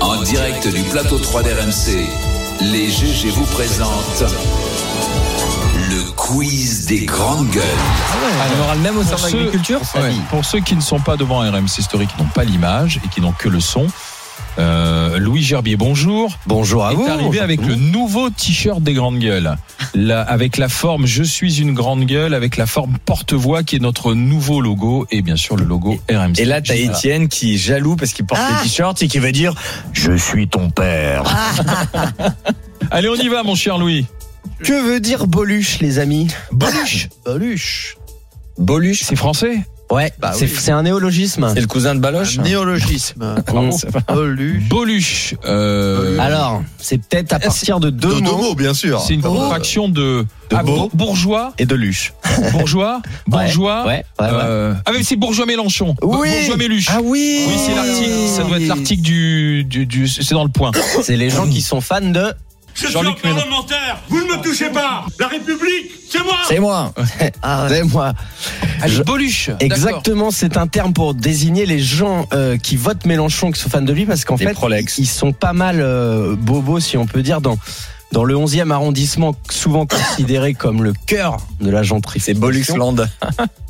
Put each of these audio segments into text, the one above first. En direct du plateau 3 d'RMC, les GG vous présentent le quiz des grandes gueules. On aura Ah, le même au sein de l'agriculture Pour ceux qui ne sont pas devant RMC Story, qui n'ont pas l'image et qui n'ont que le son, euh, Louis Gerbier, bonjour. Bonjour à est vous. arrivé bonjour avec à le vous. nouveau t-shirt des grandes gueules. La- avec la forme Je suis une grande gueule, avec la forme porte-voix qui est notre nouveau logo et bien sûr le logo RMC. Et là, t'as Étienne qui est jaloux parce qu'il porte Ah. le t-shirt et qui veut dire Je suis ton père. Allez, on y va, mon cher Louis. Que veut dire Boluche, les amis Ah, Boluche, Boluche. Boluche, c'est français ouais, Bah C'est c'est un néologisme. c'est le cousin de Ah, Baloche. hein. néologisme. Bravo. Boluche. Boluche, euh, Alors, c'est peut-être Eh, à partir de deux De deux mots. mots, bien sûr. c'est une contraction de, Oh. De Ah, beau. bourgeois, et de Luche. bourgeois, bourgeois. Ouais, ouais, ouais. euh, ah mais c'est bourgeois Mélenchon, Oui. bourgeois Méluche. Ah oui, Oui, c'est l'article, ça doit être l'article du, du, du- c'est dans le point. C'est les gens qui sont fans de. Je suis un Jean-Luc Mélenchon. parlementaire Vous ne me touchez pas La République, c'est moi C'est moi. Arrêtez-moi. Allez, Je- Boluche. d'accord. Exactement, c'est un terme pour désigner les gens euh, qui votent Mélenchon, qui sont fans de lui, parce qu'en Les fait, prolex. ils sont pas mal euh, bobos, si on peut dire, dans, dans le 11e arrondissement, souvent considéré comme le cœur de la C'est gentrification. Boluche Land.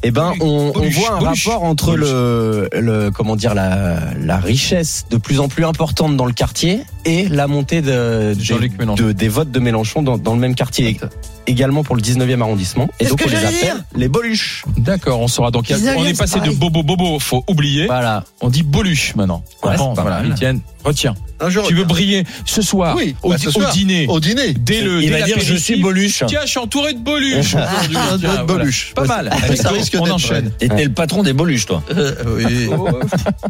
Eh ben, on, on Boluche, voit un Boluche, rapport entre Boluche. le, le, comment dire, la, la richesse de plus en plus importante dans le quartier et la montée de, des, Jean-Luc Mélenchon. de- des votes de Mélenchon dans, dans le même quartier, également pour le 19e arrondissement. Et donc, on les appelle les Boluches. D'accord, on saura donc. On est passé de bobo bobo, faut oublier. Voilà. On dit Boluche maintenant. Ouais, Bon, c'est pas voilà, mal. Étienne, retiens. Un jour, Tu veux briller ce soir Oh, Oui, au, bah, ce au soir. dîner. Au dîner. Dès le Il dès va dire Je l'apéritif. suis Boluche. Tiens, je suis entouré de Boluche. aujourd'hui. Un Tiens, autre voilà. Boluche. Pas mal. Allez, ça risque on d'être enchaîne. Et t'es le patron des Boluches, toi. Euh, Oui.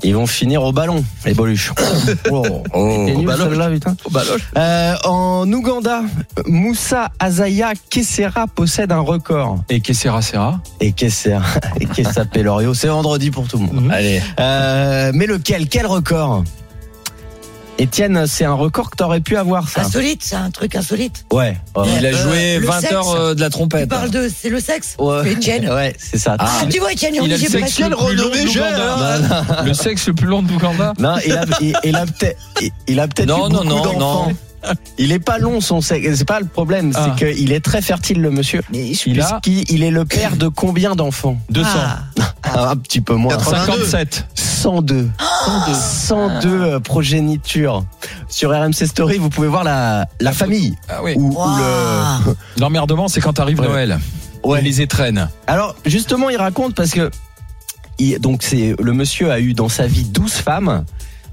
Ils vont finir au ballon, les Boluches. Oh. Oh. T'es nul, ballon. celle-là, putain. Euh, en Ouganda, Moussa Azaya Kessera possède un record. Et Kessera Serra. Et Kessera, et Kessa Pelorio, c'est vendredi pour tout le monde. Allez. Euh, mais lequel Quel record Étienne, c'est un record que t'aurais pu avoir, ça. Insolite, c'est un truc insolite. Ouais. ouais. Ah, Il a Euh, joué le 20 sexe. heures euh, de la Tu Eh ben. trompette. parles de. C'est le sexe Ouais, C'est Étienne. ouais, c'est ça. Ah. Tu vois, Étienne, il est Il a le obligé de sexe passer. le plus long d'Ouganda. Le sexe le plus long d'Ouganda. Non, il a, il, il a peut-être, il- il a peut-être eu Non, non, beaucoup non, d'enfants. non. Il est pas long son sexe. C'est pas le problème, Ah. c'est qu'il est très fertile le monsieur. Il a Puisqu'il il est le père de combien d'enfants 200. Ah. Ah, Un petit peu moins. 57. 102. Ah. 102. 102 euh, progénitures. Sur RMC Story, vous pouvez voir la, la famille Ah oui. ou, ou le. Waouh. L'emmerdement, c'est quand arrive Ouais. Noël. Ouais. Et les étrennes. Alors justement, il raconte parce que il- donc c'est le monsieur a eu dans sa vie 12 femmes,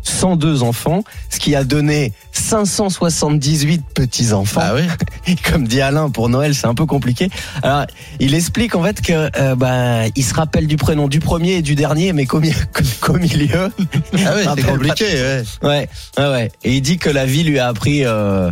102 enfants, ce qui a donné 578 petits enfants. Ah oui. Comme dit Alain pour Noël, c'est un peu compliqué. Alors, il explique en fait que euh, bah il se rappelle du prénom du premier et du dernier, mais qu'au mi- qu'au milieu. Ah oui, Rappelle c'est pas- compliqué. ouais. Ouais, ouais, ouais. Et il dit que la vie lui a appris. Euh,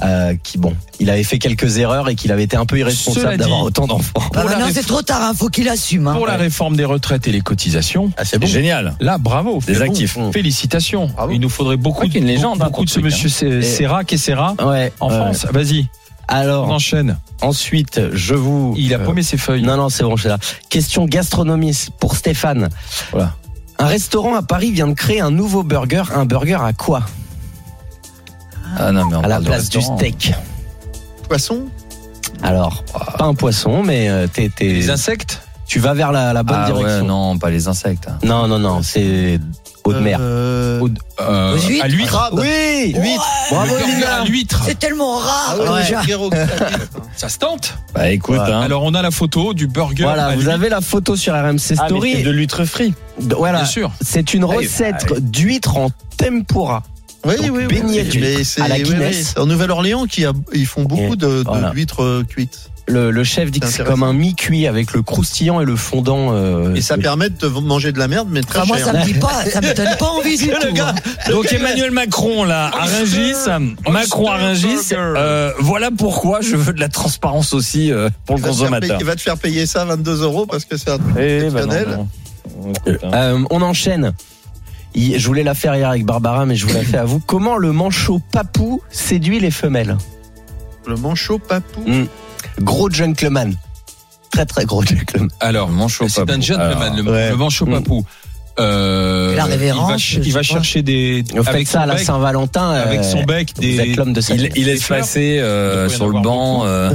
euh, qui bon, il avait fait quelques erreurs et qu'il avait été un peu Cela irresponsable dit- d'avoir autant d'enfants. Ah, Bah Pour la maintenant, c'est réf- trop tard, hein, faut qu'il assume. hein. Pour la réforme des retraites et les cotisations, Ah, c'est génial. là, bravo. Des C'est bon. actifs. Félicitations. Bravo. Il nous faudrait beaucoup, Ouais, de- qu'il y a une légende, hein, beaucoup pour de ce le truc, monsieur Serra, Serra, Kessera Ouais, en ouais. France. Vas-y, on Alors, enchaîne. Ensuite, je vous. Il a euh, paumé ses feuilles. Non, non, c'est bon, je suis là. Question gastronomie c'est pour Stéphane. Voilà. Un restaurant à Paris vient de créer un nouveau burger. Un burger à quoi Ah non, mais on À la parle de place du restaurant. steak. Poisson. Alors, pas un poisson, mais euh, t'es- t'es- Les insectes tu vas vers la, la bonne Ah ouais, direction. non, pas les insectes. hein. non, non, non, c'est eau de mer. Euh, Au- euh, Aux huîtres. à l'huître. Ah, bah, Oui, Ouais, Bravo, Le burger Lina. à l'huître. C'est tellement rare. ah ouais, déjà. Pierrot. Ça se tente. Bah écoute, Ouais. hein. Alors, on a la photo du burger. à Voilà, vous l'huître, avez la photo sur RMC Ah, mais Story. c'est de l'huître frit. voilà, Bien sûr. c'est une Allez, recette d'huître en tempura. Oui, Donc, oui, oui, beignet oui. d'huître Mais c'est à la oui, Guinness. oui, c'est en Nouvelle-Orléans qui a- ils font Et beaucoup de, de voilà. d'huîtres euh, cuites. le, le chef dit que C'est c'est comme un mi-cuit avec le croustillant et le fondant. euh, Et ça de- permet de te manger de la merde, mais Ah, très Enfin, moi, cher. ça me dit pas, ça me donne pas envie du tout. hein. Donc Emmanuel Macron là à Rungis, hein, Macron à Rungis. euh, voilà pourquoi je veux de la transparence aussi euh, pour Il le va te faire consommateur. payer- il va te faire payer ça 22 euros parce que c'est un truc Eh ben bah non, exceptionnel. non. Euh, on enchaîne. Il- Je voulais la faire hier avec Barbara, mais je vous la fais à vous. Comment le manchot papou séduit les femelles Le manchot papou. Mm. Gros gentleman. Très très gros gentleman. Alors, manchot C'est papou. un gentleman, le, ouais. le manchot Mm. papou. Euh, La Il va, révérence, ch- je il va sais pas. chercher des. Vous faites avec ça son à la bec- Saint-Valentin. euh, Avec son bec, vous des. êtes l'homme de sa il, vie. il laisse fleurs. passer euh, Il doit y en sur le avoir banc. euh,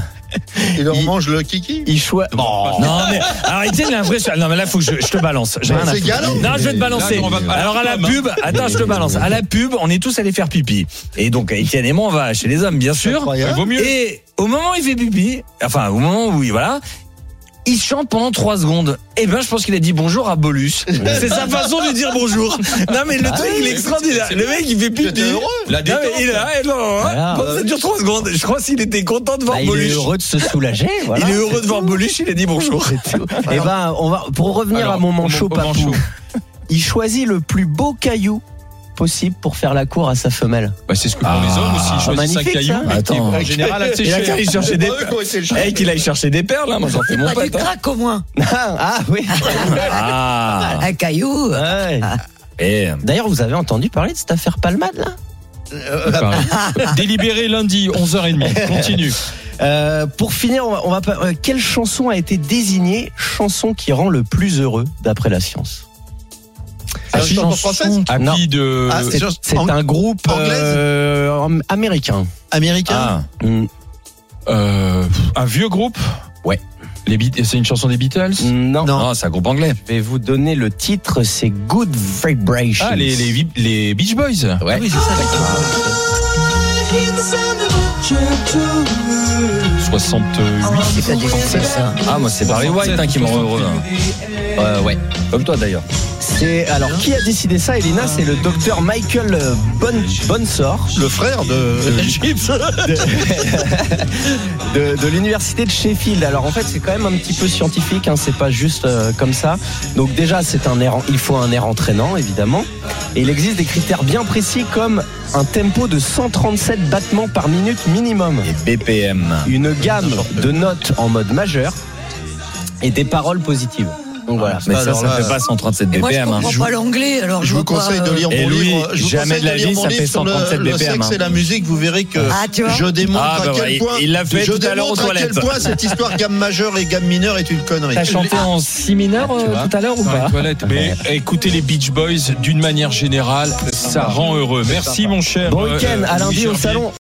Il leur Il- mange le kiki. Il choisit. Ah, Non mais arrêtez l'impression. Non mais là faut que je, je te balance. J'ai rien à C'est hein foutre. galant. Non, je vais te balancer. Là, on va pas- hein. Alors à la pub, attends, je te balance. À la pub, on est tous allés faire pipi. Et donc Étienne et moi, on va chez les hommes, bien sûr. Incroyable. Vaut mieux. Et au moment où il fait pipi, enfin au moment où il voilà, il chante pendant 3 secondes. Eh ben je pense qu'il a dit bonjour à Bolus. C'est sa façon de dire bonjour. Non mais le truc il est extraordinaire. Le mec il fait pipi. J'étais heureux. La Non, mais il est là, et non, hein. Voilà. Bon, ça dure 3 secondes. Je crois qu'il était content de voir Ah, Bah, il Bolus. est heureux de se soulager. voilà. il est heureux de voir Bolus, il a dit bonjour. Eh ben, on va pour revenir Alors, à mon manchot au manchot. papou. Il choisit le plus beau caillou possible pour faire la cour à sa femelle. Bah, c'est ce que font les hommes aussi. Ils choisissent un magnifique, caillou. ça. mais qui, Attends. En général, assez Ah, Il a qu'à cher. aller chercher C'est des pas eux qui ont été le Eh, champion. qu'il aille chercher des perles, hein, moi j'en fais mon Pas du pote. hein. crack au moins. ah oui. Ah, Un caillou. euh, Ouais. eh, D'ailleurs, vous avez entendu parler de cette affaire Palmade là Délibéré lundi, 11h30. Continue. Euh, pour finir, on va, on va pas- euh, quelle chanson a été désignée chanson qui rend le plus heureux d'après la science C'est une chanson française Non. Happy de. Ah, C'est c'est c'est ang- un groupe anglaise euh, am- américain. américain. Ah. Mm, Euh, un vieux groupe Ouais. Les Beat- c'est une chanson des Beatles Non. Non. Ah, c'est un groupe anglais. Je vais vous donner le titre, c'est Good Vibrations. Ah, les, les, vi- les Beach Boys Ah Ouais. oui, c'est ça. 68. C'est pas des c'est ça. ah, moi c'est Barry White hein, qui me rend heureux. hein. Euh, ouais. Comme toi d'ailleurs. C'est alors qui a décidé ça, Elina C'est le docteur Michael euh, Bon Bonsor Le frère de Chips. de, de l'université de Sheffield. Alors en fait, c'est quand même un petit peu scientifique, hein, c'est pas juste euh, comme ça. Donc déjà, c'est un air, il faut un air entraînant, évidemment. Et il existe des critères bien précis comme un tempo de 137 battements par minute minimum, BPM. une gamme de notes en mode majeur et des paroles positives. Donc voilà. Mais ça, Alors ça là, fait pas 137 Eh Et moi, je BPM. hein. comprends pas l'anglais, alors Je vous vois pas, conseille de euh, lire Et mon lui, livre. Je vous Eh jamais de la conseille vie, lire mon ça livre fait sur 137 le, le BPM, sexe hein. et la musique. Vous verrez que Ah, tu vois. je démontre Ah, bah à quel ouais, point il l'a fait je tout à l'heure aux démontre à quel toilettes. point cette histoire gamme majeure et gamme mineure est une connerie. T'as chanté en si mineur euh, tout à l'heure ou Dans les pas Ah, toilettes. Mais écoutez les Beach Boys, d'une manière générale, ça rend heureux. Merci mon cher. Bon euh, week-end, à Louis lundi au Gerbier. salon.